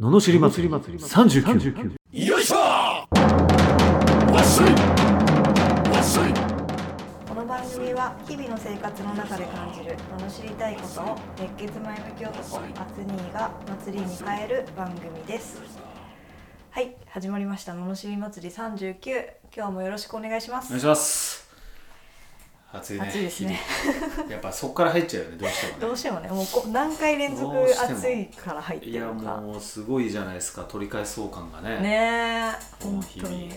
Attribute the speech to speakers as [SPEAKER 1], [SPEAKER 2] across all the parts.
[SPEAKER 1] ののしり祭り39
[SPEAKER 2] よいしょわっしょいわっしょい
[SPEAKER 3] この番組は日々の生活の中で感じる罵りたいことを熱血前向き男アツニーが祭りに変える番組ですはい始まりました罵り祭り39今日もよろしくお願いしま
[SPEAKER 2] お
[SPEAKER 3] す
[SPEAKER 2] 願いします暑いね
[SPEAKER 3] 暑いですね
[SPEAKER 2] 日々やっぱそこから入っちゃうよねどうしてもね
[SPEAKER 3] どうしてもねもうこ何回連続
[SPEAKER 2] どうしても
[SPEAKER 3] 暑いから入って
[SPEAKER 2] いや
[SPEAKER 3] るのか
[SPEAKER 2] もうすごいじゃないですか取り返そう感がね
[SPEAKER 3] ねえ
[SPEAKER 2] もう
[SPEAKER 3] 本
[SPEAKER 2] 日
[SPEAKER 3] 当
[SPEAKER 2] 々
[SPEAKER 3] に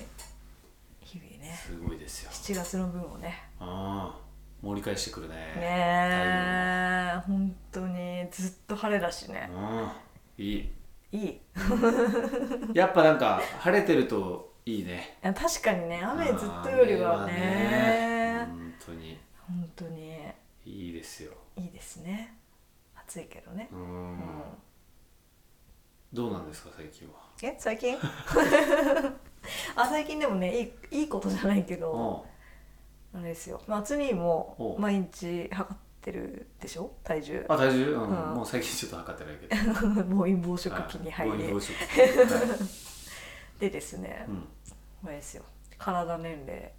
[SPEAKER 3] 日々ね
[SPEAKER 2] すごいですよ
[SPEAKER 3] 7月の分をね
[SPEAKER 2] ああ盛り返してくるね
[SPEAKER 3] ねえ本当にずっと晴れだしね
[SPEAKER 2] 太陽もうんいい
[SPEAKER 3] いい
[SPEAKER 2] やっぱなんか晴れてるといいね
[SPEAKER 3] いや確かにね雨ずっとよりは
[SPEAKER 2] 雨は
[SPEAKER 3] ね
[SPEAKER 2] ね本当に
[SPEAKER 3] 本当に
[SPEAKER 2] いいですよ
[SPEAKER 3] いいですね暑いけどね
[SPEAKER 2] う、
[SPEAKER 3] うん
[SPEAKER 2] んどうなんですか最近は
[SPEAKER 3] え最近 あ最近でもねいいいいことじゃないけど、あれですよ夏にも
[SPEAKER 2] お
[SPEAKER 3] 毎日測ってるでしょ体重
[SPEAKER 2] うん あ体重、うん
[SPEAKER 3] うん
[SPEAKER 2] もう最近ちょっと測ってないけ ど
[SPEAKER 3] 暴飲暴食期に入
[SPEAKER 2] はい
[SPEAKER 3] り
[SPEAKER 2] 暴飲暴食はい
[SPEAKER 3] でですね、
[SPEAKER 2] うん
[SPEAKER 3] あれですよ体年齢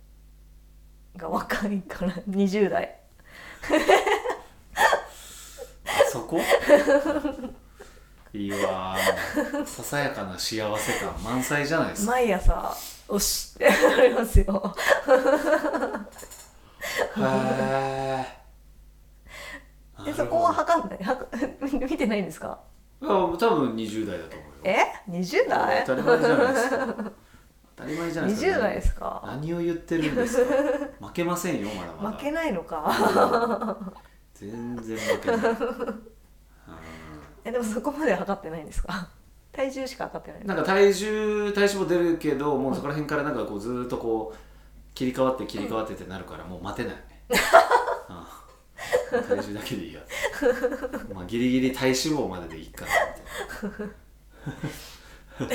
[SPEAKER 3] が若いから20代
[SPEAKER 2] あそこいいわーささやかな幸せ感満載じゃないですか
[SPEAKER 3] 毎朝「おし」 ってなりますよ
[SPEAKER 2] へー
[SPEAKER 3] え
[SPEAKER 2] なるほど
[SPEAKER 3] そこは測んないはか 見てないんですか
[SPEAKER 2] いや多分20代だと思うよ
[SPEAKER 3] え20代
[SPEAKER 2] 当たり前じゃないですか当たり前じゃないですか
[SPEAKER 3] 20代ですか
[SPEAKER 2] 何を言ってるんですか負けませんよまだまだ
[SPEAKER 3] 負けないのか
[SPEAKER 2] 全然負けない
[SPEAKER 3] えでもそこまで測ってないんですか体重しか測ってな
[SPEAKER 2] う
[SPEAKER 3] い
[SPEAKER 2] んなんか体重体脂肪出るけどもうそこら辺からなんかこうずーっとこう切り替わって切り替わってってなるからもう待てない、 うん体重だけでいいやまあギリギリ体脂肪まででいいかなって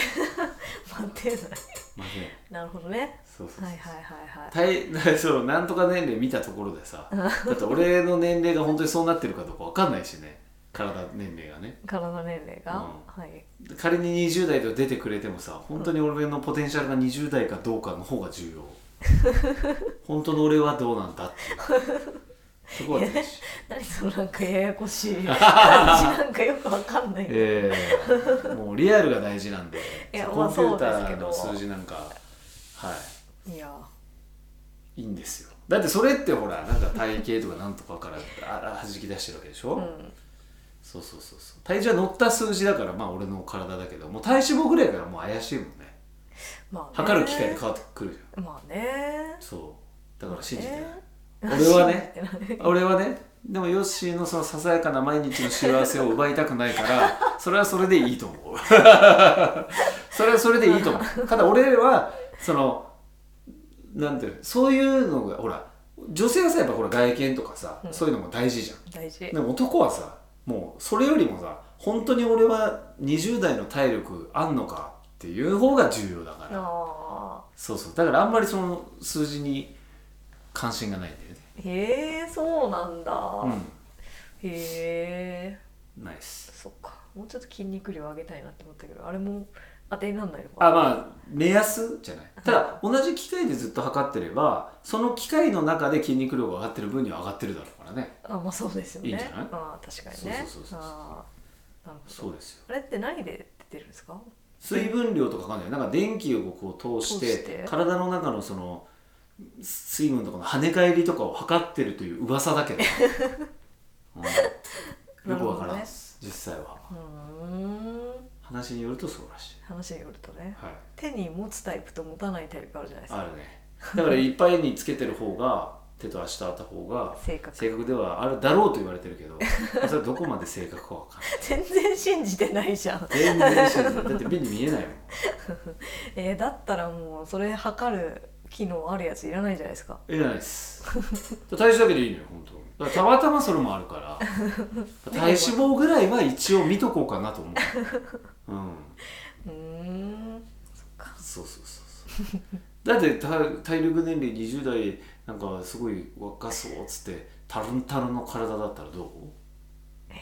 [SPEAKER 3] 待ってない
[SPEAKER 2] 負けない
[SPEAKER 3] なるほどね
[SPEAKER 2] そうそうそう、
[SPEAKER 3] はいはいはいはい
[SPEAKER 2] 体 そうなんとか年齢見たところでさだって俺の年齢が本当にそうなってるかどうかわかんないしね体年齢がね
[SPEAKER 3] 体年齢が、
[SPEAKER 2] うん
[SPEAKER 3] はい
[SPEAKER 2] 仮に20代と出てくれてもさ本当に俺のポテンシャルが20代かどうかの方が重 要本当の俺はどうなんだっていうとこは出るし
[SPEAKER 3] 何そのなんかやや こしい感じなんかよくわかんない、
[SPEAKER 2] ええもうリアルが大事なんで
[SPEAKER 3] いや
[SPEAKER 2] コンピューター
[SPEAKER 3] ま
[SPEAKER 2] の
[SPEAKER 3] あそうですけど
[SPEAKER 2] 数字なんかはい
[SPEAKER 3] や
[SPEAKER 2] いいいんですよだってそれってほらなんか体型とかなんとかからあ弾き出してるわけでしょ、
[SPEAKER 3] うん
[SPEAKER 2] そうそうそうそう体重は乗った数字だからまあ俺の体だけどもう体脂肪ぐらいからもう怪しいもんね
[SPEAKER 3] まあね
[SPEAKER 2] 測る機会で変わってくるじゃん
[SPEAKER 3] まあね
[SPEAKER 2] そうだから信じて
[SPEAKER 3] ま
[SPEAKER 2] な
[SPEAKER 3] あ
[SPEAKER 2] い
[SPEAKER 3] ね
[SPEAKER 2] 俺はね
[SPEAKER 3] 信じて
[SPEAKER 2] 俺はねでもヨッシーのそのささやかな毎日の幸せを奪いたくない からそれはそれでいいと 思うそれはそれでいいと思うただ俺はそのなんていうのそういうのがほら女性はさやっぱほら外見とかさ、
[SPEAKER 3] ん
[SPEAKER 2] そういうのも大事じゃん
[SPEAKER 3] 大事
[SPEAKER 2] でも男はさもうそれよりもさ本当に俺は20代の体力あんのかっていう方が重要だから、
[SPEAKER 3] あ
[SPEAKER 2] そうそうだからあんまりその数字に関心がないんだよね
[SPEAKER 3] ーへえそうなんだ、
[SPEAKER 2] う
[SPEAKER 3] へえ
[SPEAKER 2] んナイス
[SPEAKER 3] そっかもうちょっと筋肉量上げたいなって思ったけどあれも当てになんないのか
[SPEAKER 2] あまあ目安じゃないただ同じ機械でずっと測ってればその機械の中で筋肉量が上がってる分には上がってるだろうからね
[SPEAKER 3] あまあそうですよね
[SPEAKER 2] いいんじゃない
[SPEAKER 3] ああ確かにね
[SPEAKER 2] そうそうそうそう
[SPEAKER 3] ああなるほど
[SPEAKER 2] そうですよ
[SPEAKER 3] あれって何で出てるんですか
[SPEAKER 2] 水分量とかかんないなんか電気をこう通して
[SPEAKER 3] 通して
[SPEAKER 2] 体の中のその水分とかの跳ね返りとかを測ってるという噂 だけど、うん、よくわからん、
[SPEAKER 3] なるほどね
[SPEAKER 2] 実際は
[SPEAKER 3] うーん
[SPEAKER 2] 話によるとそうらしい
[SPEAKER 3] 話によるとね
[SPEAKER 2] はい
[SPEAKER 3] 手に持つタイプと持たないタイプがあるじゃないです
[SPEAKER 2] あ
[SPEAKER 3] か
[SPEAKER 2] るねだからいっぱいにつけてる方が手と足とあった方が
[SPEAKER 3] 性格
[SPEAKER 2] 正確ではあるだろうと言われてるけ どそれはどこまで正確かわかんない
[SPEAKER 3] 全然信じてないじゃん
[SPEAKER 2] 全然知らないだって目に見えないもん
[SPEAKER 3] えー、だったらもうそれ測る機能あるやついらないじゃないですか
[SPEAKER 2] いらないです体重だけでいいのよ本当。だからたまたまそれもあるから体脂肪ぐらいは一応見とこうかなと思ううん
[SPEAKER 3] うーんそっか
[SPEAKER 2] そうそうそうそうだってた体力年齢20代なんかすごい若そうっつってタルンタルンの体だったらどう
[SPEAKER 3] え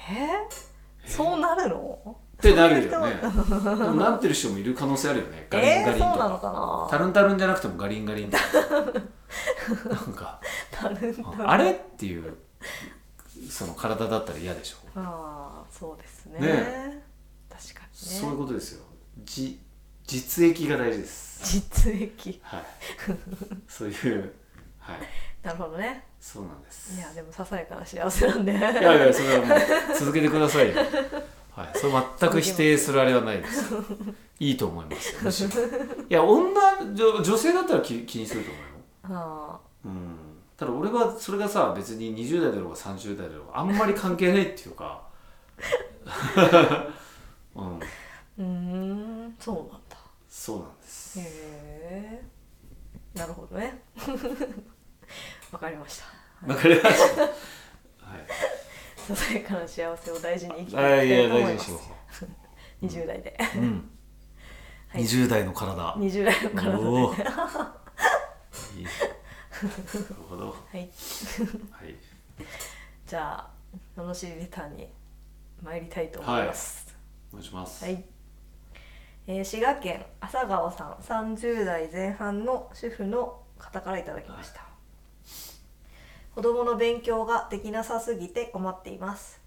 [SPEAKER 3] ー、そうなるの
[SPEAKER 2] ってなるよね
[SPEAKER 3] そう
[SPEAKER 2] でもなってる人もいる可能性あるよねガリン
[SPEAKER 3] え
[SPEAKER 2] ガ
[SPEAKER 3] ー、
[SPEAKER 2] リン
[SPEAKER 3] そう
[SPEAKER 2] とか、
[SPEAKER 3] なのか
[SPEAKER 2] タルンタルンじゃなくてもガリンガリンと かなんか
[SPEAKER 3] なタルンタルン
[SPEAKER 2] あれっていうその体だったら嫌でしょ、
[SPEAKER 3] あーそうですね
[SPEAKER 2] ね
[SPEAKER 3] 確かにね
[SPEAKER 2] そういうことですよじ実益が大事です
[SPEAKER 3] 実益
[SPEAKER 2] はいそういうはい
[SPEAKER 3] なるほどね
[SPEAKER 2] そうなんです
[SPEAKER 3] いやでもささやかな幸せなんでい
[SPEAKER 2] いやいやそれはもう続けてくださいよ はいそれ全く否定するあれはないですいいと思いますむしろいや女女女性だったら気気にすると思うよ
[SPEAKER 3] あ
[SPEAKER 2] うんただ俺はそれがさ別に20代だろうが30代だろうがあんまり関係ないっていうか うん
[SPEAKER 3] ーうーんそうなんだ
[SPEAKER 2] そうなんです
[SPEAKER 3] へえなるほどね わかりました
[SPEAKER 2] わかりましたはい
[SPEAKER 3] ささやかな幸せを大事に生きていき
[SPEAKER 2] あ
[SPEAKER 3] た
[SPEAKER 2] いや
[SPEAKER 3] いと
[SPEAKER 2] 大
[SPEAKER 3] 思
[SPEAKER 2] 事
[SPEAKER 3] い
[SPEAKER 2] に
[SPEAKER 3] ま
[SPEAKER 2] し
[SPEAKER 3] す
[SPEAKER 2] よ
[SPEAKER 3] 20代で
[SPEAKER 2] う、うん
[SPEAKER 3] はい
[SPEAKER 2] 20代の体
[SPEAKER 3] 20代の体で
[SPEAKER 2] おお
[SPEAKER 3] は
[SPEAKER 2] いいなるほど
[SPEAKER 3] い
[SPEAKER 2] はい
[SPEAKER 3] じゃあ楽しいレターに参りたいと思います
[SPEAKER 2] お願いします、
[SPEAKER 3] はい、えー滋賀県朝顔さん30代前半の主婦の方からいただきました子供の勉強ができなさすぎて困っています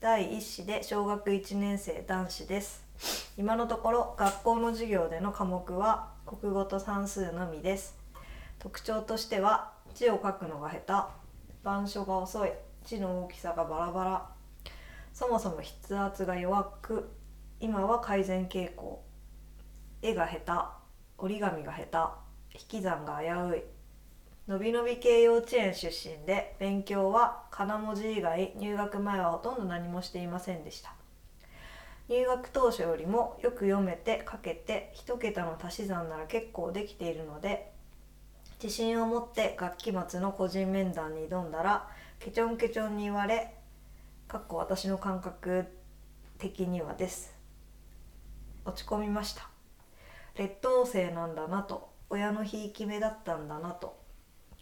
[SPEAKER 3] 第一子で小学1年生男子です今のところ学校の授業での科目は国語と算数のみです特徴としては字を書くのが下手板書が遅い字の大きさがバラバラそもそも筆圧が弱く今は改善傾向絵が下手折り紙が下手引き算が危ういのびのび系幼稚園出身で勉強は金文字以外入学前はほとんど何もしていませんでした入学当初よりもよく読めて書けて一桁の足し算なら結構できているので自信を持って学期末の個人面談に挑んだらケチョンケチョンに言われかっこ私の感覚的にはです落ち込みました劣等生なんだなと親のひいき目だったんだなと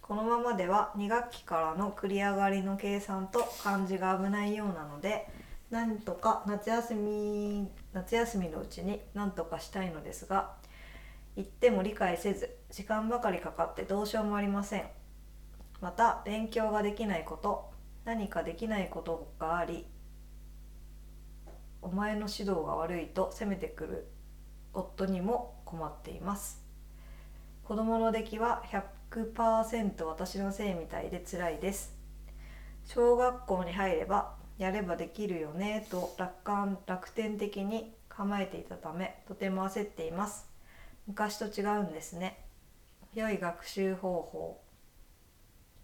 [SPEAKER 3] このままでは2学期からの繰り上がりの計算と漢字が危ないようなのでなんとか夏休み夏休みのうちになんとかしたいのですが言っても理解せず時間ばかりかかってどうしようもありませんまた勉強ができないこと何かできないことがありお前の指導が悪いと責めてくる夫にも困っています子供の出来は100%私のせいみたいで辛いです小学校に入ればやればできるよねと楽観楽天的に構えていたためとても焦っています昔と違うんですね良い学習方法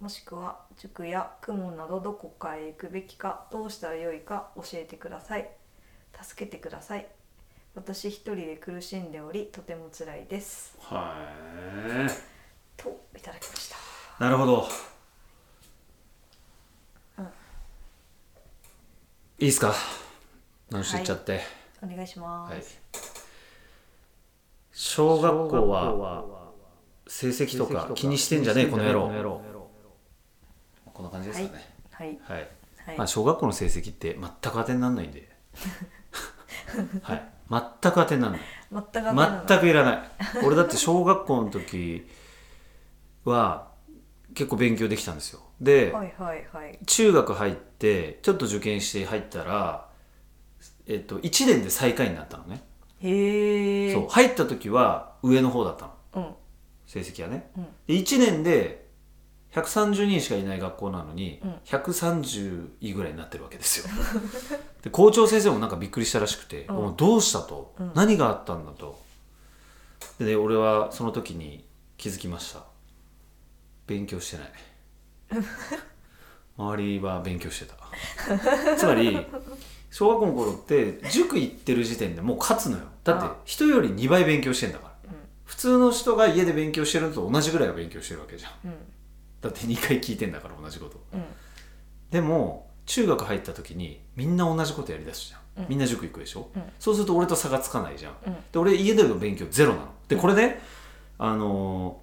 [SPEAKER 3] もしくは塾や公文などどこかへ行くべきかどうしたらよいか教えてください助けてください私一人で苦しんでおりとても辛いです
[SPEAKER 2] はい
[SPEAKER 3] といただきました
[SPEAKER 2] なるほど、いいっすか何していっちゃって、
[SPEAKER 3] お願いします、
[SPEAKER 2] はい小学校
[SPEAKER 1] 小学校
[SPEAKER 2] は
[SPEAKER 1] は
[SPEAKER 2] 成績と
[SPEAKER 1] と
[SPEAKER 2] か
[SPEAKER 1] か
[SPEAKER 2] 気
[SPEAKER 1] 気
[SPEAKER 2] に
[SPEAKER 1] に
[SPEAKER 2] し
[SPEAKER 1] してて
[SPEAKER 2] ん
[SPEAKER 1] んじ
[SPEAKER 2] じゃ
[SPEAKER 1] ゃ
[SPEAKER 2] ね
[SPEAKER 1] ね
[SPEAKER 2] え
[SPEAKER 1] えこ
[SPEAKER 2] こ
[SPEAKER 1] の
[SPEAKER 2] の野
[SPEAKER 1] 野
[SPEAKER 2] 郎
[SPEAKER 1] 郎
[SPEAKER 2] こんな感じですかね
[SPEAKER 3] はい
[SPEAKER 2] はい、
[SPEAKER 3] はい
[SPEAKER 2] まあ、小学校の成績って全く当てにならないんではい全く当てにならない
[SPEAKER 3] 全く当てなかった
[SPEAKER 2] 全くいらない俺だって小学校の時は結構勉強できたんですよで、
[SPEAKER 3] はいはいはい
[SPEAKER 2] 中学入ってちょっと受験して入ったら、えっと、1年で最下位になったのね、
[SPEAKER 3] へえ
[SPEAKER 2] そう入った時は上の方だったの
[SPEAKER 3] うん
[SPEAKER 2] 成績はね、
[SPEAKER 3] うん
[SPEAKER 2] で1年で130人しかいない学校なのに、
[SPEAKER 3] うん
[SPEAKER 2] 130位ぐらいになってるわけですよ で校長先生もなんかびっくりしたらしくて「
[SPEAKER 3] うん
[SPEAKER 2] お前どうしたと、
[SPEAKER 3] うん
[SPEAKER 2] 何があったんだと」で俺はその時に気づきました勉強 してない周りは勉強してたつまり小学校の頃って塾行ってる時点でもう勝つのよだって人より2倍勉強してんだから普通の人が家で勉強してるのと同じぐらいは勉強してるわけじゃん
[SPEAKER 3] うん
[SPEAKER 2] だって2回聞いてんだから同じこと
[SPEAKER 3] うん
[SPEAKER 2] でも中学入った時にみんな同じことやりだすじゃん、
[SPEAKER 3] うん
[SPEAKER 2] みんな塾行くでしょ、
[SPEAKER 3] うん
[SPEAKER 2] そうすると俺と差がつかないじゃん、
[SPEAKER 3] うん
[SPEAKER 2] で俺家での勉強ゼロなのでこれねあの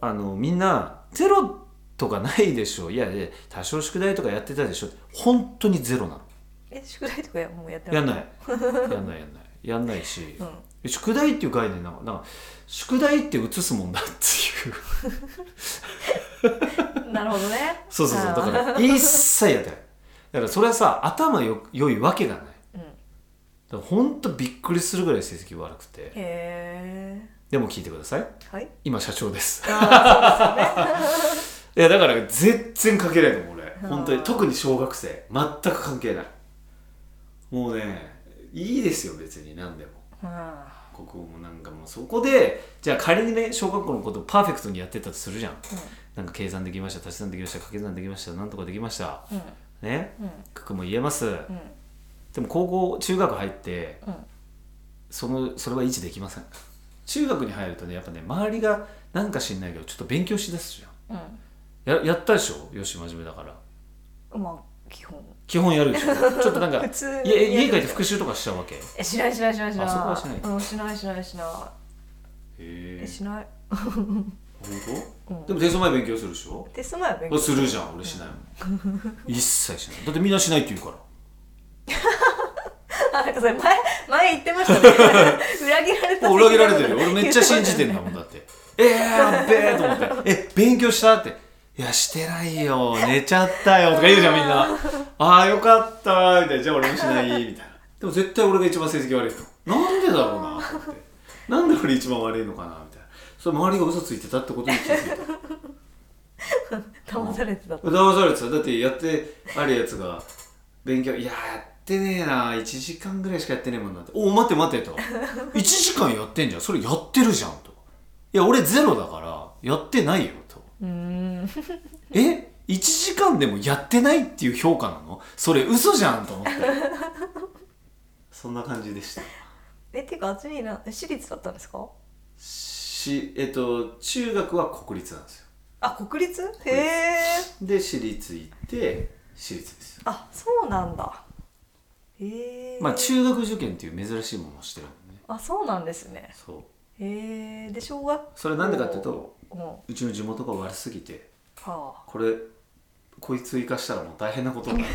[SPEAKER 2] ーあのみんなゼロとかないでしょいやいや多少宿題とかやってたでしょ本当にゼロなの
[SPEAKER 3] ええ宿題とかやもうやって
[SPEAKER 2] やん
[SPEAKER 3] い
[SPEAKER 2] ないや んないやんないやんないし
[SPEAKER 3] うん、
[SPEAKER 2] 宿題っていう概念なんかなんか宿題って移すもんだって いう
[SPEAKER 3] なるほどね
[SPEAKER 2] そうそうそうだ
[SPEAKER 3] あー
[SPEAKER 2] から一切やってないだからそれはさ頭よ良いわけがないだか
[SPEAKER 3] うん、へ
[SPEAKER 2] らほんとびっくりするぐらい成績悪くて
[SPEAKER 3] え
[SPEAKER 2] でも聞いてください
[SPEAKER 3] はい
[SPEAKER 2] 今社長です
[SPEAKER 3] あーそうですよね
[SPEAKER 2] いやだから全然書けないのも俺
[SPEAKER 3] ー
[SPEAKER 2] 本当に特に小学生全く関係ないもうねいいですよ別に何でも
[SPEAKER 3] うん
[SPEAKER 2] 国語もなんかもうそこでじゃあ仮にね小学校のことをパーフェクトにやってたとするじゃんなんか計算できました足し算できました掛け算できましたなんとかできました
[SPEAKER 3] うん
[SPEAKER 2] ね
[SPEAKER 3] うん
[SPEAKER 2] くくも言えます
[SPEAKER 3] うん
[SPEAKER 2] でも高校中学入って
[SPEAKER 3] うん
[SPEAKER 2] そのそれは維持できません中学に入るとねやっぱね周りがなんか知んないけどちょっと勉強しだすじ
[SPEAKER 3] うん
[SPEAKER 2] ゃんややったでしょよし真面目だから
[SPEAKER 3] うんまあ基本
[SPEAKER 2] 基本やるで しょちょっとなんか
[SPEAKER 3] 普通に
[SPEAKER 2] 家
[SPEAKER 3] や
[SPEAKER 2] 家
[SPEAKER 3] る
[SPEAKER 2] 帰って復習とかしちゃうわけへ
[SPEAKER 3] えしないしないしないしない
[SPEAKER 2] あそこはしない
[SPEAKER 3] うん、しないしないしな
[SPEAKER 2] え
[SPEAKER 3] いえしない、う
[SPEAKER 2] 本
[SPEAKER 3] ん
[SPEAKER 2] 当でもテスト前勉強するでしょ
[SPEAKER 3] テスト前は勉強
[SPEAKER 2] あするじゃん俺しないもん一切しないだってみんなしないって言うから
[SPEAKER 3] あなんかそれ前前言ってましたね裏切られた
[SPEAKER 2] 裏切られてるよ俺めっちゃ信じてんだもんだってえー、やっべえと思って「え勉強した?」って「いやしてないよ寝ちゃったよ」とか言うじゃんみんな「ああよかった」みたいな「じゃあ俺もしない」みたいなでも絶対俺が一番成績悪いとなんでだろうなと思ってなんで俺一番悪いのかなみたいなそれ周りが嘘ついてたってことに気づいた
[SPEAKER 3] 騙されてたと
[SPEAKER 2] 騙されてただってやってあるやつが勉強いやーやってねえな1時間ぐらいしかやってねえもんなって「おお待って待って」と「1時間やってんじゃんそれやってるじゃん」と「いや俺ゼロだからやってないよ」と
[SPEAKER 3] うーん
[SPEAKER 2] 「え1時間でもやってないっていう評価なのそれ嘘じゃん」と思ってそんな感じでした
[SPEAKER 3] えっていうかあっちにな私立だったんですか
[SPEAKER 2] しえっと中学は国立なんですよ
[SPEAKER 3] あ国立へえ
[SPEAKER 2] で私立行って私立ですよ
[SPEAKER 3] あそうなんだへえ
[SPEAKER 2] まあ中学受験っていう珍しいものをしてるもんね
[SPEAKER 3] あそうなんですね
[SPEAKER 2] そう
[SPEAKER 3] へえで小学
[SPEAKER 2] それなんでかっていうと
[SPEAKER 3] うんは
[SPEAKER 2] うちの地元が悪すぎて
[SPEAKER 3] あ
[SPEAKER 2] これこいつ生かしたらもう大変なことになる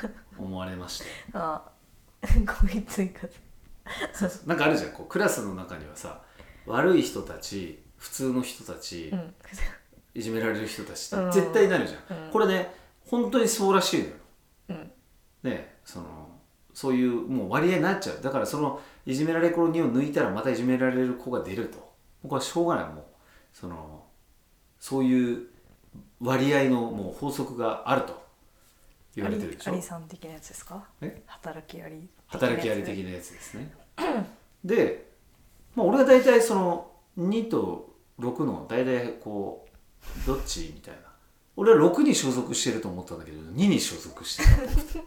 [SPEAKER 2] と思われまして
[SPEAKER 3] あ こいついか
[SPEAKER 2] なんかあるじゃんこうクラスの中にはさ悪い人たち普通の人たち、
[SPEAKER 3] うん
[SPEAKER 2] いじめられる人たち
[SPEAKER 3] う
[SPEAKER 2] っ
[SPEAKER 3] ん
[SPEAKER 2] て絶対なるじゃん、
[SPEAKER 3] うん
[SPEAKER 2] これね本当にそうらしいのよ
[SPEAKER 3] うん
[SPEAKER 2] ねそのそういうもう割合になっちゃうだからそのいじめられっ子の2を抜いたらまたいじめられる子が出ると僕はしょうがないもうそのそういう割合のもう法則があると言われてるでし
[SPEAKER 3] アリ
[SPEAKER 2] ょ
[SPEAKER 3] アリさん的なやつですか
[SPEAKER 2] え
[SPEAKER 3] 働きあり
[SPEAKER 2] 働きあり的なやつですねで、まあ、俺が大体その2と6の大体こうどっちみたいな俺は6に所属してると思ったんだけど2に所属してた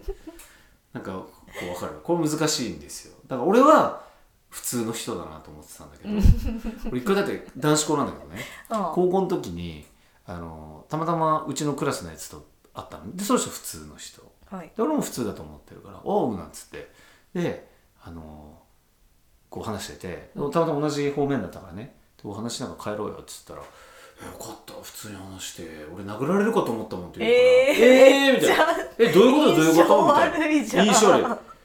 [SPEAKER 2] なんかこう分かるこれ難しいんですよだから俺は普通の人だなと思ってたんだけど俺一回だって男子校なんだけどね
[SPEAKER 3] あ
[SPEAKER 2] 高校の時にあのたまたまうちのクラスのやつと会ったのでその人普通の人
[SPEAKER 3] あはい
[SPEAKER 2] で俺も普通だと思ってるから「おう」なんつってであのーこう話しててたまたま同じ方面だったからね「でお話なんか帰ろうよ」っつったら「えよかった普通に話して俺殴られるかと思ったもん」って言うから
[SPEAKER 3] えー
[SPEAKER 2] えーみたいな
[SPEAKER 3] じゃあ
[SPEAKER 2] 「えどういうことどういうこと?」みたいな
[SPEAKER 3] 印象悪いじゃん
[SPEAKER 2] 印象悪い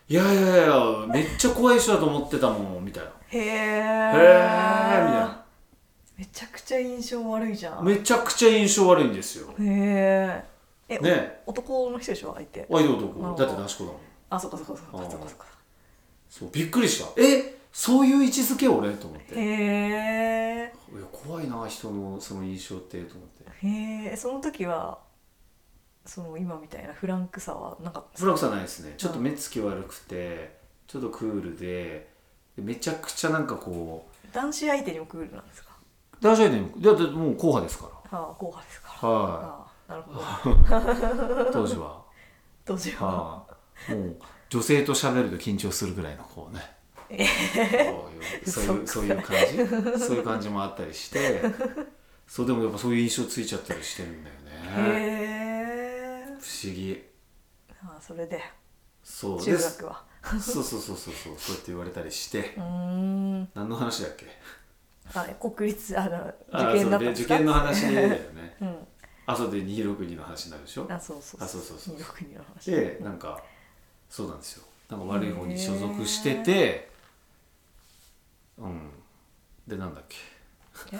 [SPEAKER 2] いやいやいやめっちゃ怖い人だと思ってたもん」みたいな
[SPEAKER 3] へえへ
[SPEAKER 2] 「へえ」みたいな。
[SPEAKER 3] めちゃくちゃ印象悪いじゃんへ
[SPEAKER 2] めちゃくちゃ印象悪いんですよ。
[SPEAKER 3] ええ、
[SPEAKER 2] ね
[SPEAKER 3] お男の人でしょ相手
[SPEAKER 2] あいどう
[SPEAKER 3] なる
[SPEAKER 2] ど
[SPEAKER 3] ほ
[SPEAKER 2] だ
[SPEAKER 3] ど
[SPEAKER 2] って男子校だもん。
[SPEAKER 3] あそっかそっかそっかそっかそっか
[SPEAKER 2] そうびっくりした。えそういう位置づけ俺と思って。いや
[SPEAKER 3] へえ
[SPEAKER 2] 怖いな人のその印象ってと思って。
[SPEAKER 3] へえその時はその今みたいなフランクさはなんか
[SPEAKER 2] フランクさんないですね。ちょっと目つき悪くてちょっとクールででめちゃくちゃなんかこう
[SPEAKER 3] 男子相手にもクールなんですか
[SPEAKER 2] 男子相手にだってもう硬派ですか
[SPEAKER 3] ああ後派ですから
[SPEAKER 2] ら。は
[SPEAKER 3] ああなるほど
[SPEAKER 2] い当時は。
[SPEAKER 3] どうしよう
[SPEAKER 2] はいもう女性と喋ると緊張するぐらいのこうねこういうそういう
[SPEAKER 3] そ
[SPEAKER 2] そ
[SPEAKER 3] っ
[SPEAKER 2] ういう感じそういう感じもあったりしてそうでもやっぱそういう印象ついちゃったりしてるんだよね
[SPEAKER 3] へえ
[SPEAKER 2] 不思議
[SPEAKER 3] ああそれで
[SPEAKER 2] そう
[SPEAKER 3] 中
[SPEAKER 2] です
[SPEAKER 3] 学は
[SPEAKER 2] そうそうそうそうそうそうやって言われたりして
[SPEAKER 3] うーん
[SPEAKER 2] 何の話だっ け
[SPEAKER 3] あ国立あの
[SPEAKER 2] あ
[SPEAKER 3] 受験だっ
[SPEAKER 2] そうん
[SPEAKER 3] た
[SPEAKER 2] で
[SPEAKER 3] です
[SPEAKER 2] 受
[SPEAKER 3] か
[SPEAKER 2] 験の話だよね
[SPEAKER 3] うん
[SPEAKER 2] あそうで262の話になるでしょ
[SPEAKER 3] あそうそう
[SPEAKER 2] あそうそうそう
[SPEAKER 3] 二六二の話
[SPEAKER 2] でなんかそうなんですよなんか悪い方に所属しててうんでなんだっけ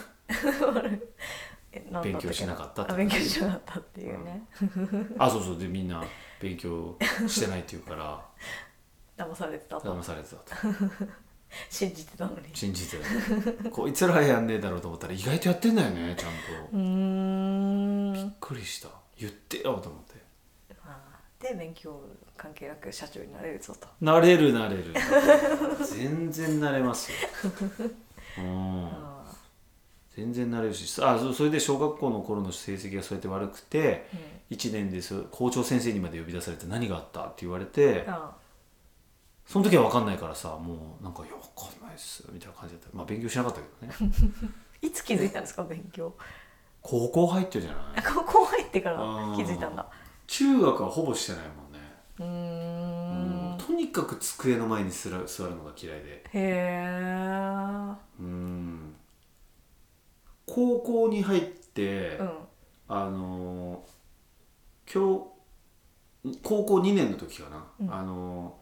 [SPEAKER 3] えなんだったっけ
[SPEAKER 2] 勉強しなかったって
[SPEAKER 3] あ勉強しなかったっていうね、
[SPEAKER 2] あそうそうでみんな勉強してないっていうから
[SPEAKER 3] 騙されてたと
[SPEAKER 2] 騙されてたと
[SPEAKER 3] 信じてたのに
[SPEAKER 2] 信じてたこいつらはやんねえだろうと思ったら意外とやってんだよねちゃんと
[SPEAKER 3] う
[SPEAKER 2] びっ
[SPEAKER 3] ーん
[SPEAKER 2] くりした言ってよと思って
[SPEAKER 3] あーで勉強関係なく社長になれるぞと
[SPEAKER 2] なれるなれ る全然なれますようん
[SPEAKER 3] あ
[SPEAKER 2] 全然なれるしあそうそれで小学校の頃の成績がそうやって悪くて
[SPEAKER 3] ー、
[SPEAKER 2] 1年です校長先生にまで呼び出されて何があったって言われ
[SPEAKER 3] う
[SPEAKER 2] て
[SPEAKER 3] ん、あ
[SPEAKER 2] その時は分かんないからさもうなんか「いや分かんないっす」みたいな感じだったまあ勉強しなかったけど ね
[SPEAKER 3] ーいつ気づいたんですか勉強
[SPEAKER 2] 高校入ってるじゃない
[SPEAKER 3] 高校入ってから気づいたんだ
[SPEAKER 2] 中学はほぼしてないもんね
[SPEAKER 3] うー
[SPEAKER 2] も
[SPEAKER 3] ん
[SPEAKER 2] うとにかく机の前にすら座るのが嫌いで
[SPEAKER 3] へえ
[SPEAKER 2] うん高校に入って、
[SPEAKER 3] うん
[SPEAKER 2] あの今日高校2年の時かな、
[SPEAKER 3] うん
[SPEAKER 2] あの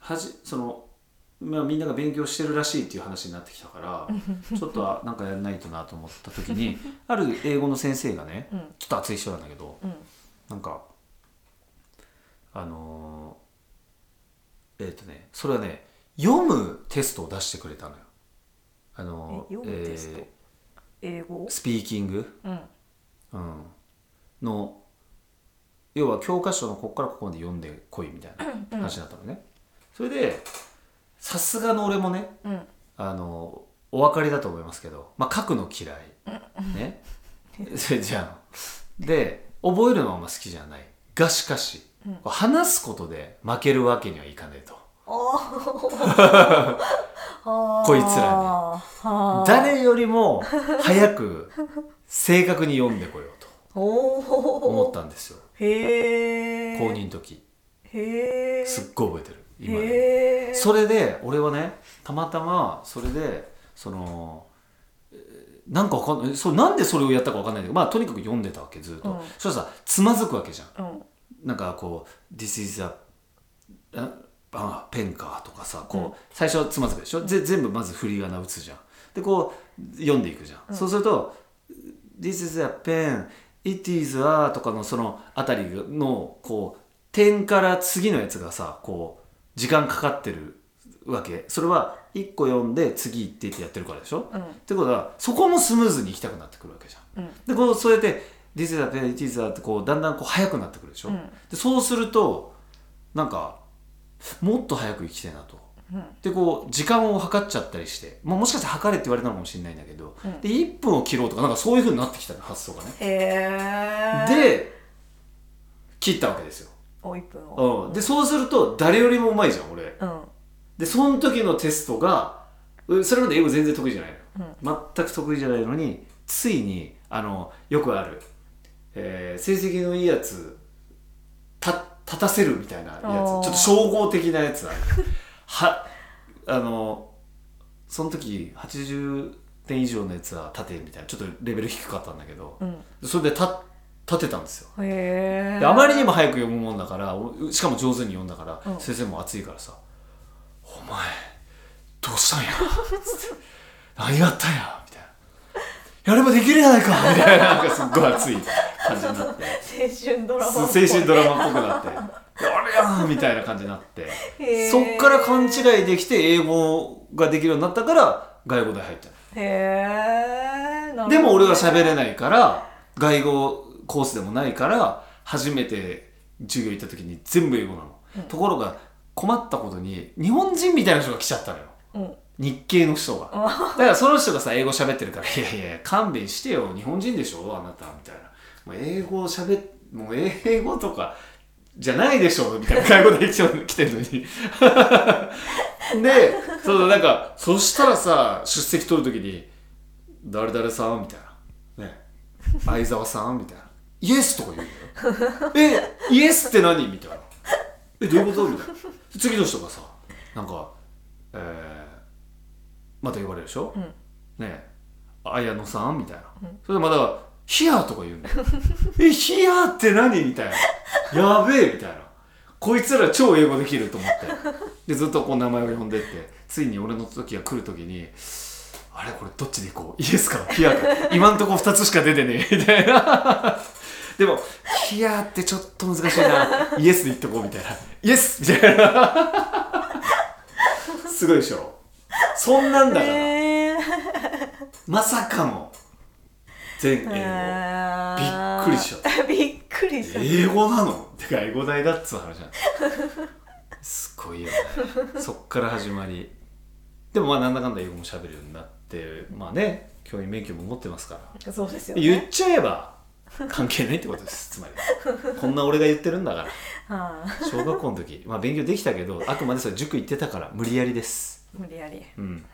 [SPEAKER 2] はじその、まあ、みんなが勉強してるらしいっていう話になってきた からちょっとあなんかやらないとなと思った時にある英語の先生がね
[SPEAKER 3] うん
[SPEAKER 2] ちょっと熱い人なんだけど
[SPEAKER 3] うん
[SPEAKER 2] なんかあのえっ、とねそれはね読むテストを出してくれたのよ。あの
[SPEAKER 3] え読むテスト英語
[SPEAKER 2] ースピーキング
[SPEAKER 3] うん
[SPEAKER 2] うん、の要は教科書のここからここまで読んでこいみたいな話だったのね、それでさすがの俺もね
[SPEAKER 3] うん
[SPEAKER 2] あのお分かりだと思いますけど、まあ、書くの嫌い、ねそれ じゃんで覚えるのはあんま好きじゃないがしかし、
[SPEAKER 3] うん
[SPEAKER 2] 話すことで負けるわけにはいかねえと
[SPEAKER 3] おー
[SPEAKER 2] こいつらに
[SPEAKER 3] はー
[SPEAKER 2] 誰よりも早 く正確に読んでこようと
[SPEAKER 3] おお
[SPEAKER 2] 思ったんですよ
[SPEAKER 3] へえ
[SPEAKER 2] 公認の時
[SPEAKER 3] へえ
[SPEAKER 2] すっごい覚えてる今でも
[SPEAKER 3] へえ
[SPEAKER 2] それで俺はねたまたまそれでそのえーなんかわかんないそうなんでそれをやったかわかんないんだけどまあとにかく読んでたわけずっと、
[SPEAKER 3] うん
[SPEAKER 2] そしたらさつまずくわけじゃん
[SPEAKER 3] うん
[SPEAKER 2] なんかこう「This is a ああペンか」とかさこう、最初はつまずくでしょ、ぜ全部まず振り仮名打つじゃんでこう読んでいくじゃん、
[SPEAKER 3] うん
[SPEAKER 2] そうすると「This is a pen」「It is a」とかのそのあたりのこう点から次のやつがさこう時間かかってるわけそれは1個読んで次行ってってやってるからでしょ、
[SPEAKER 3] うん
[SPEAKER 2] ってことはそこもスムーズに行きたくなってくるわけじゃん
[SPEAKER 3] うん
[SPEAKER 2] でこうそうやって「This is a pen, it is a」ってこうだんだんこう速くなってくるでしょ、
[SPEAKER 3] うん
[SPEAKER 2] でそうするとなんかもっと早く行きたいなと。
[SPEAKER 3] うん
[SPEAKER 2] でこう時間を計っちゃったりして、まあ、もしかしたら計れって言われたのかもしれないんだけど、
[SPEAKER 3] うん
[SPEAKER 2] で1分を切ろうとかなんかそういうふうになってきたの発想がね。
[SPEAKER 3] へえ
[SPEAKER 2] で切ったわけですよ。
[SPEAKER 3] お一分
[SPEAKER 2] う
[SPEAKER 3] を
[SPEAKER 2] ん、でそうすると誰よりもうまいじゃん俺。
[SPEAKER 3] うん
[SPEAKER 2] でその時のテストがうそれまで英語全然得意じゃないの。
[SPEAKER 3] うん
[SPEAKER 2] 全く得意じゃないのについにあのよくある、えー成績のいいやつた立たせるみたいなやつち
[SPEAKER 3] お
[SPEAKER 2] ょ
[SPEAKER 3] ー
[SPEAKER 2] っと総合的なやつある はあのその時80点以上のやつは立てみたいなちょっとレベル低かったんだけど
[SPEAKER 3] うん
[SPEAKER 2] それで立立てたんですよ
[SPEAKER 3] へえ
[SPEAKER 2] であまりにも早く読むもんだからおしかも上手に読んだから、
[SPEAKER 3] うん
[SPEAKER 2] 先生も熱いからさ「お前どうしたんや」つって何があったんや」みたいな「やればできるやないか」みたいななんかすっごい熱い感じになって
[SPEAKER 3] 青春ドラマっぽい
[SPEAKER 2] す青春ドラマっぽくなって「やれやん」みたいな感じになって
[SPEAKER 3] へー
[SPEAKER 2] そっから勘違いできて英語ができるようになったから外語大入ったの
[SPEAKER 3] へえ
[SPEAKER 2] でも俺は喋
[SPEAKER 3] る
[SPEAKER 2] れないから外語コースでもないから初めて授業行った時に全部英語なの、
[SPEAKER 3] うん
[SPEAKER 2] ところが困ったことに日本人みたいな人が来ちゃったのよ
[SPEAKER 3] ほどね
[SPEAKER 2] 日系の人がだからその人がさ英語喋ってるから「いやいや勘弁してよ日本人でしょあなた」みたいな「もう英語喋っもう英語とかじゃないでしょ」みたいな外語で一応来てるのにでそうそうなんかそしたらさ出席取る時に「誰々さん」みたいな「ね相沢さん」みたいな「イエス」とか言うのよ「えイエスって何?」みたいな「えどういうこと?」みたいな次の人がさなんかえーまた呼ばれるでしょ、
[SPEAKER 3] うん
[SPEAKER 2] ねえ綾野さんみたいな、それでまた「 ヒアー」とか言うんだよ「えヒアーって何?」みたいな「やべえ」みたいな「こいつら超英語できると思ってでずっとこう名前を呼んでってついに俺の時が来る時にあれこれどっちで行こうイエスかキアか今んとこ2つしか出てねえみたいな でもキアってちょっと難しいなイエスで行っとこうみたいなイエスみたいなすごいでしょそんなんだから、
[SPEAKER 3] えー、
[SPEAKER 2] まさかの全英語、
[SPEAKER 3] え
[SPEAKER 2] びっくりしち
[SPEAKER 3] ゃったびっくりしちゃっ
[SPEAKER 2] 英語なのてか英語代だっつう話なんですごい よねそっから始まりでもまあなんだかんだ英語も喋るようになってまあね教員免許も持ってますから
[SPEAKER 3] たそうですよ
[SPEAKER 2] 言っ
[SPEAKER 3] ね
[SPEAKER 2] ちゃえば関係ないってことですつまりこんな俺が言ってるんだから
[SPEAKER 3] はあ
[SPEAKER 2] 小学校の時まあ勉強できたけどあくまでそれ塾行ってたから無理やりです
[SPEAKER 3] 無理やり
[SPEAKER 2] うん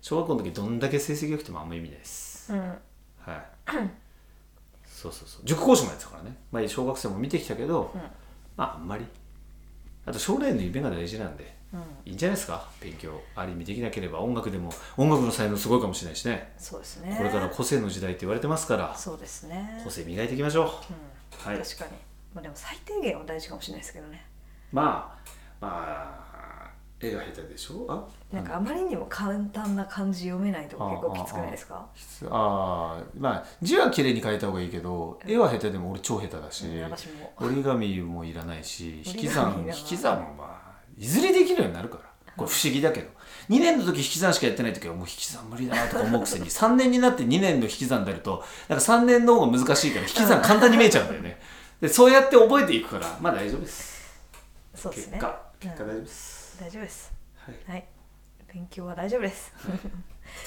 [SPEAKER 2] 小学校の時どんだけ成績良くてもあんま意味ないです
[SPEAKER 3] うん、うん、
[SPEAKER 2] はいそうそうそう塾講師もやってたからね、まあ、小学生も見てきたけど、
[SPEAKER 3] うん
[SPEAKER 2] まああんまりあと将来の夢が大事なんで
[SPEAKER 3] うん、
[SPEAKER 2] いいんじゃないですか勉強ある意味できなければ音楽でも音楽の才能すごいかもしれないしね
[SPEAKER 3] そうですね
[SPEAKER 2] これから個性の時代って言われてますから
[SPEAKER 3] そうですね
[SPEAKER 2] 個性磨いていきましょう
[SPEAKER 3] うん、
[SPEAKER 2] はい
[SPEAKER 3] 確かにまあでも最低限は大事かもしれないですけどね
[SPEAKER 2] まあまあ絵が下手でしょあ
[SPEAKER 3] なんかあまりにも簡単な漢字読めないとか結構きつくないですか
[SPEAKER 2] あーまあ字は綺麗に描いた方がいいけど絵は下手でも俺超下手だし、
[SPEAKER 3] うん私も
[SPEAKER 2] 折り紙もいらない し引
[SPEAKER 3] 折
[SPEAKER 2] き
[SPEAKER 3] り紙
[SPEAKER 2] 算
[SPEAKER 3] い
[SPEAKER 2] 引
[SPEAKER 3] らない
[SPEAKER 2] き算もまあいずれできるようになるからこれ不思議だけど2年の時引き算しかやってない時はもう引き算無理だなとか思うくせ に3年になって2年の引き算になるとなんか3年の方が難しいから引き算簡単に見えちゃうんだよねでそうやって覚えていくからまあ大丈夫です
[SPEAKER 3] そうです
[SPEAKER 2] 結
[SPEAKER 3] ね
[SPEAKER 2] 果結果
[SPEAKER 3] う
[SPEAKER 2] 大
[SPEAKER 3] ん
[SPEAKER 2] 丈夫です、
[SPEAKER 3] 大丈夫です
[SPEAKER 2] はい
[SPEAKER 3] はい勉強は大丈夫です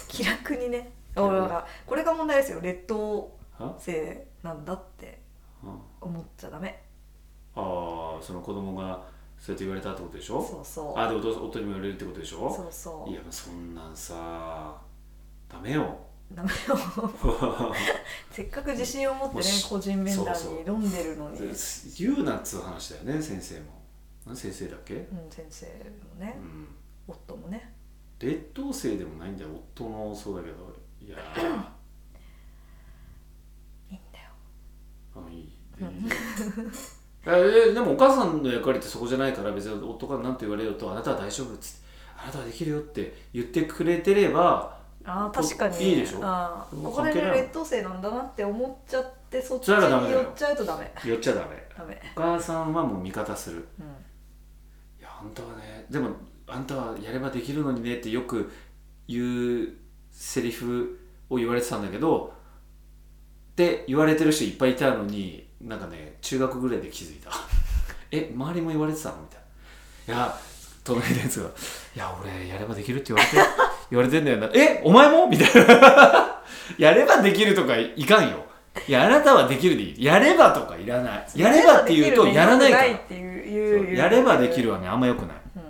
[SPEAKER 3] 気楽にね俺らこれが問題ですよ劣等
[SPEAKER 2] は
[SPEAKER 3] 生なんだって
[SPEAKER 2] うん
[SPEAKER 3] 思っちゃダメ
[SPEAKER 2] ああその子供がそうやって言われたってことでしょ
[SPEAKER 3] そうそう
[SPEAKER 2] あでもお夫にも言われるってことでしょ
[SPEAKER 3] そうそ
[SPEAKER 2] いやそんなんさダメよ
[SPEAKER 3] うダメよせっかく自信を持って
[SPEAKER 2] も
[SPEAKER 3] ね
[SPEAKER 2] し
[SPEAKER 3] 個人面談
[SPEAKER 2] そうそう
[SPEAKER 3] に挑んでるのにうん
[SPEAKER 2] 言うなっつう話だよね先生もな先生だっけ
[SPEAKER 3] 先生も
[SPEAKER 2] う
[SPEAKER 3] ね
[SPEAKER 2] ん
[SPEAKER 3] 夫もね
[SPEAKER 2] 劣等生でもないんだよ夫もそうだけどいやー
[SPEAKER 3] いいんだよ
[SPEAKER 2] あいい全然えでもお母さんの役割ってそこじゃないから別に夫から何と言われようとあなたは大丈夫っつってあなたはできるよって言ってくれてれば
[SPEAKER 3] あー
[SPEAKER 2] こ
[SPEAKER 3] 確かに
[SPEAKER 2] いいでしょ
[SPEAKER 3] あー
[SPEAKER 2] もう
[SPEAKER 3] これ
[SPEAKER 2] 関係
[SPEAKER 3] で
[SPEAKER 2] ない
[SPEAKER 3] 劣等生なんだなって思っちゃってそっち
[SPEAKER 2] それはダメ
[SPEAKER 3] に
[SPEAKER 2] だよ
[SPEAKER 3] 寄っちゃうとダメ
[SPEAKER 2] 言っちゃダメ
[SPEAKER 3] ダメ
[SPEAKER 2] お母さんはもう味方する
[SPEAKER 3] うん
[SPEAKER 2] いやあんたはねでもあんたはやればできるのにねってよく言うセリフを言われてたんだけどって言われてる人いっぱいいたのになんかね中学ぐらいで気づいた え周りも言われてたのみたいないや隣のやつが「いや俺やればできるって言われて 言われてんだよなえお前も?」みたいな 「やればできる」とかいかんよいやあなたはできるでいいやればとかいらないやればって言うとやらないから
[SPEAKER 3] やればできるね良くっていう言う
[SPEAKER 2] そう
[SPEAKER 3] 言う
[SPEAKER 2] やればできるはねあんまよくない
[SPEAKER 3] うん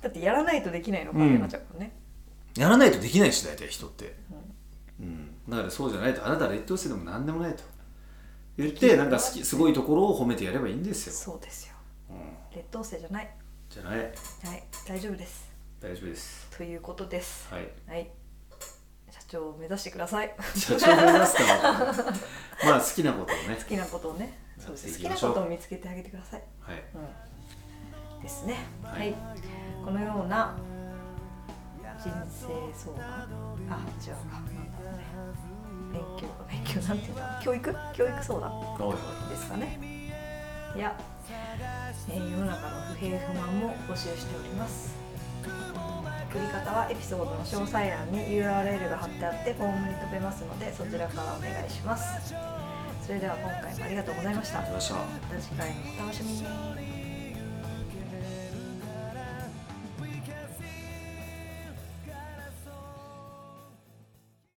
[SPEAKER 3] だってやらないとできないのかっ
[SPEAKER 2] うん
[SPEAKER 3] てなっちゃうからね
[SPEAKER 2] やらないとできないし大体人って、うんだからそうじゃないとあなたは劣等生でも何でもないと言ってなんか好きすごいところを褒めてやればいいんです
[SPEAKER 3] そうですよ
[SPEAKER 2] よ、うん、
[SPEAKER 3] 劣等生じゃない
[SPEAKER 2] じゃない
[SPEAKER 3] はい大丈夫です
[SPEAKER 2] 大丈夫です
[SPEAKER 3] ということです
[SPEAKER 2] はい
[SPEAKER 3] はい社長を目指してください
[SPEAKER 2] 社長になります からまあ好きなことをね
[SPEAKER 3] 好、きなことをねそうです
[SPEAKER 2] やって
[SPEAKER 3] 好き
[SPEAKER 2] いき
[SPEAKER 3] な
[SPEAKER 2] ましょ
[SPEAKER 3] こ
[SPEAKER 2] う
[SPEAKER 3] とを見つけてあげてください
[SPEAKER 2] はい、
[SPEAKER 3] うんですね、は
[SPEAKER 2] はいい
[SPEAKER 3] このような人生相談あ違うかなんだろうね勉強勉強なんていうんだろう教育教育相談
[SPEAKER 2] おいおい
[SPEAKER 3] ですかねいや、えー世の中の不平不満も募集しております送り方はエピソードの詳細欄に URL が貼ってあってフォームに飛べますのでそちらからお願いしますそれでは今回もありがとうございました
[SPEAKER 2] ありがとうございました
[SPEAKER 3] また次回もお楽しみに